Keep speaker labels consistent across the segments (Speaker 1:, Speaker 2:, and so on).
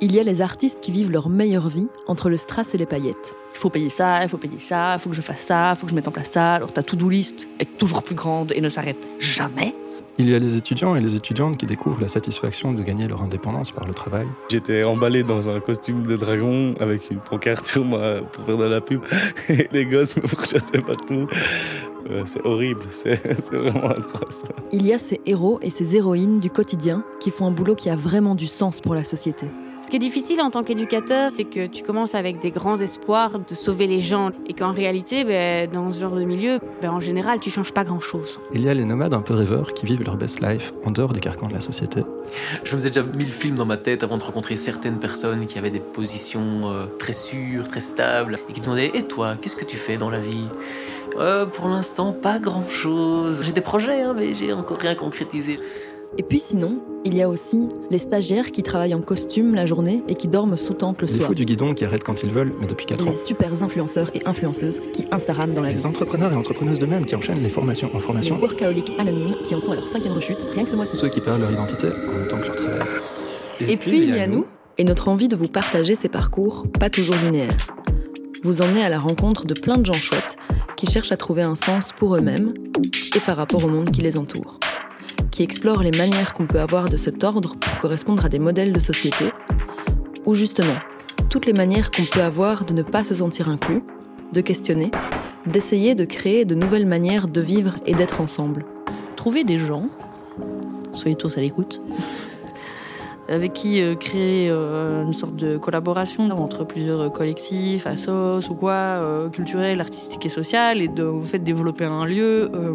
Speaker 1: il y a les artistes qui vivent leur meilleure vie entre le strass et les paillettes.
Speaker 2: Il faut payer ça, il faut payer ça, il faut que je fasse ça, il faut que je mette en place ça. Alors ta to-do list est toujours plus grande et ne s'arrête jamais.
Speaker 3: Il y a les étudiants et les étudiantes qui découvrent la satisfaction de gagner leur indépendance par le travail.
Speaker 4: J'étais emballé dans un costume de dragon avec une pancarte sur moi pour faire de la pub. Et les gosses me pourchassaient partout. Euh, c'est horrible, c'est vraiment atroce.
Speaker 1: Il y a ces héros et ces héroïnes du quotidien qui font un boulot qui a vraiment du sens pour la société.
Speaker 5: Ce qui est difficile en tant qu'éducateur, c'est que tu commences avec des grands espoirs de sauver les gens et qu'en réalité, ben, dans ce genre de milieu, ben, en général, tu changes pas grand-chose.
Speaker 3: Il y a les nomades un peu rêveurs qui vivent leur best life en dehors des carcans de la société.
Speaker 6: Je me faisais déjà mille films dans ma tête avant de rencontrer certaines personnes qui avaient des positions euh, très sûres, très stables et qui demandaient "Et toi, qu'est-ce que tu fais dans la vie euh, Pour l'instant, pas grand-chose. J'ai des projets, hein, mais j'ai encore rien concrétisé."
Speaker 1: Et puis sinon, il y a aussi les stagiaires qui travaillent en costume la journée et qui dorment sous tente le
Speaker 3: les
Speaker 1: soir.
Speaker 3: Les fous du guidon qui arrêtent quand ils veulent, mais depuis 4
Speaker 1: les
Speaker 3: ans.
Speaker 1: super influenceurs et influenceuses qui Instagramment dans la
Speaker 3: les
Speaker 1: vie.
Speaker 3: Les entrepreneurs et entrepreneuses de même qui enchaînent les formations en formation.
Speaker 1: Les workaholics anonymes qui en sont à leur cinquième rechute, rien que ce mois-ci.
Speaker 3: Ceux qui perdent leur identité en même temps que leur travail.
Speaker 1: Et, et puis, puis, il y a nous et notre envie de vous partager ces parcours pas toujours linéaires. Vous emmenez à la rencontre de plein de gens chouettes qui cherchent à trouver un sens pour eux-mêmes et par rapport au monde qui les entoure qui explore les manières qu'on peut avoir de se tordre pour correspondre à des modèles de société, ou justement, toutes les manières qu'on peut avoir de ne pas se sentir inclus, de questionner, d'essayer de créer de nouvelles manières de vivre et d'être ensemble.
Speaker 2: Trouver des gens, soyez tous à l'écoute, avec qui euh, créer euh, une sorte de collaboration entre plusieurs collectifs, assos ou quoi, euh, culturels, artistiques et sociales, et de en fait, développer un lieu euh,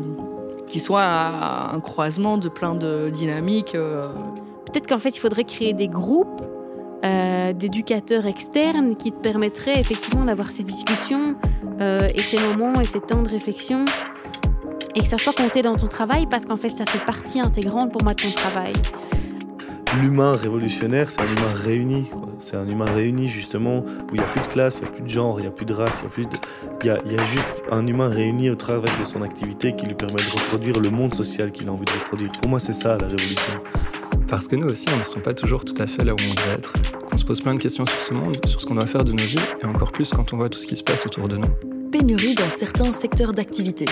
Speaker 2: qui soit un croisement de plein de dynamiques. euh.
Speaker 5: Peut-être qu'en fait, il faudrait créer des groupes euh, d'éducateurs externes qui te permettraient effectivement d'avoir ces discussions euh, et ces moments et ces temps de réflexion et que ça soit compté dans ton travail parce qu'en fait, ça fait partie intégrante pour moi de ton travail.
Speaker 4: L'humain révolutionnaire, c'est un humain réuni. C'est un humain réuni justement où il n'y a plus de classe, il n'y a plus de genre, il n'y a plus de race, il y a plus de... Il y a, il y a juste un humain réuni au travers de son activité qui lui permet de reproduire le monde social qu'il a envie de reproduire. Pour moi, c'est ça la révolution.
Speaker 3: Parce que nous aussi, on ne se sent pas toujours tout à fait là où on doit être. On se pose plein de questions sur ce monde, sur ce qu'on doit faire de nos vies, et encore plus quand on voit tout ce qui se passe autour de nous.
Speaker 1: Pénurie dans certains secteurs d'activité.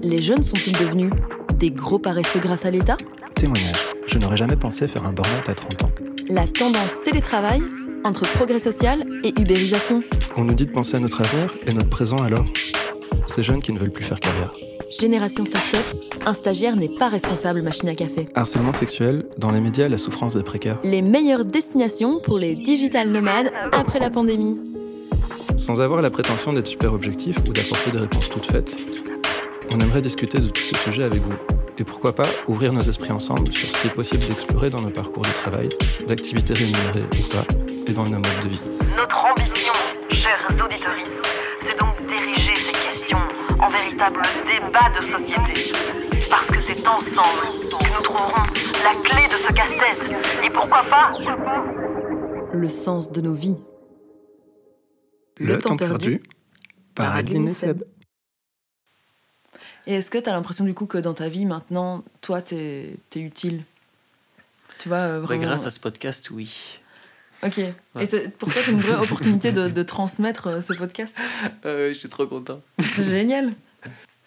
Speaker 1: Les jeunes sont-ils devenus des gros paresseux grâce à l'État
Speaker 3: Témoignage je n'aurais jamais pensé faire un burn-out à 30 ans.
Speaker 1: La tendance télétravail entre progrès social et ubérisation.
Speaker 3: On nous dit de penser à notre avenir et notre présent alors. Ces jeunes qui ne veulent plus faire carrière.
Speaker 1: Génération Startup, un stagiaire n'est pas responsable machine à café.
Speaker 3: Harcèlement sexuel, dans les médias, la souffrance des précaires.
Speaker 1: Les meilleures destinations pour les digital nomades après la pandémie.
Speaker 3: Sans avoir la prétention d'être super objectif ou d'apporter des réponses toutes faites, on aimerait discuter de tous ces sujets avec vous et pourquoi pas ouvrir nos esprits ensemble sur ce qui est possible d'explorer dans nos parcours de travail, d'activités rémunérées ou pas, et dans nos modes de vie.
Speaker 7: Notre ambition, chers auditeurs, c'est donc d'ériger ces questions en véritable débat de société. Parce que c'est ensemble que nous trouverons la clé de ce casse-tête. Et pourquoi pas
Speaker 1: le sens de nos vies.
Speaker 3: Le, le temps, temps, perdu, par Adeline et Seb.
Speaker 1: Et est-ce que tu as l'impression du coup que dans ta vie maintenant, toi, tu es, es, utile Tu vois, euh, vraiment...
Speaker 6: bah Grâce à ce podcast, oui.
Speaker 1: Ok. Ouais. Et pour toi, c'est une vraie opportunité de, de transmettre euh, ce podcast
Speaker 6: euh, Je suis trop content.
Speaker 1: C'est génial.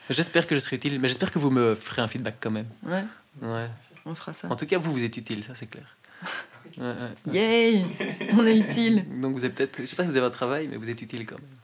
Speaker 6: J'espère que je serai utile, mais j'espère que vous me ferez un feedback quand même.
Speaker 1: Ouais.
Speaker 6: Ouais.
Speaker 1: On fera ça.
Speaker 6: En tout cas, vous, vous êtes utile, ça c'est clair.
Speaker 1: Ouais, ouais, Yay On est utile.
Speaker 6: Donc vous êtes peut-être, je sais pas si vous avez un travail, mais vous êtes utile quand même.